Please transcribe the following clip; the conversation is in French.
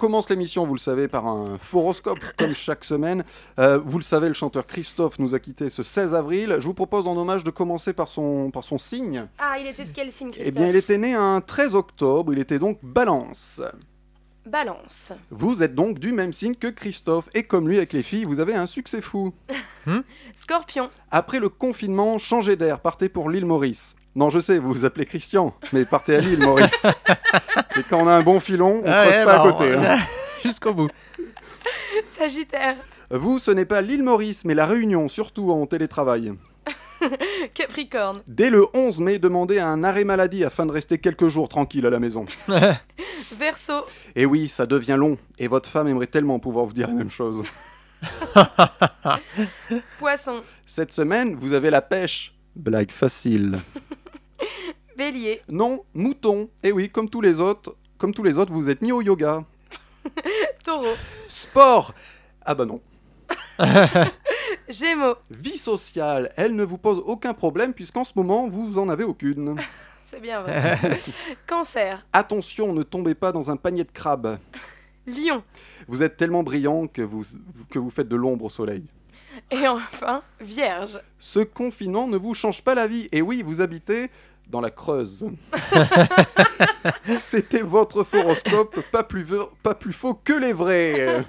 commence l'émission, vous le savez, par un foroscope, comme chaque semaine. Euh, vous le savez, le chanteur Christophe nous a quittés ce 16 avril. Je vous propose, en hommage, de commencer par son, par son signe. Ah, il était de quel signe, Eh Christophe bien, il était né un 13 octobre, il était donc balance. Balance. Vous êtes donc du même signe que Christophe, et comme lui avec les filles, vous avez un succès fou. Scorpion. Après le confinement, changez d'air, partez pour l'île Maurice. Non, je sais, vous vous appelez Christian, mais partez à l'île Maurice. et quand on a un bon filon, on ne Ah ouais, pas bah, à côté. on- hein. Jusqu'au bout. Sagittaire. Vous, ce n'est pas l'île Maurice, mais la Réunion, surtout en télétravail. Capricorne. Dès le 11 mai, demandez un arrêt maladie afin de rester quelques jours tranquille à la maison. Verseau. Et oui, ça devient long, et votre femme aimerait tellement pouvoir vous dire la même chose. Poisson. Cette semaine, vous avez la pêche. Blague facile. Bélier. Non, mouton. Et oui, comme tous les autres, comme tous les autres, vous vous êtes mis au yoga. Taureau. Sport Ah bah non. Gémeaux. Vie sociale, elle ne vous pose aucun problème puisqu'en ce moment, vous en avez aucune. C'est bien vrai. Cancer. Attention, ne tombez pas dans un panier de crabes. Lion. Vous êtes tellement brillant que vous, que vous faites de l'ombre au soleil. Et enfin, Vierge. Ce confinement ne vous change pas la vie. Et oui, vous habitez dans la Creuse. C'était votre horoscope, pas plus, ve- pas plus faux que les vrais.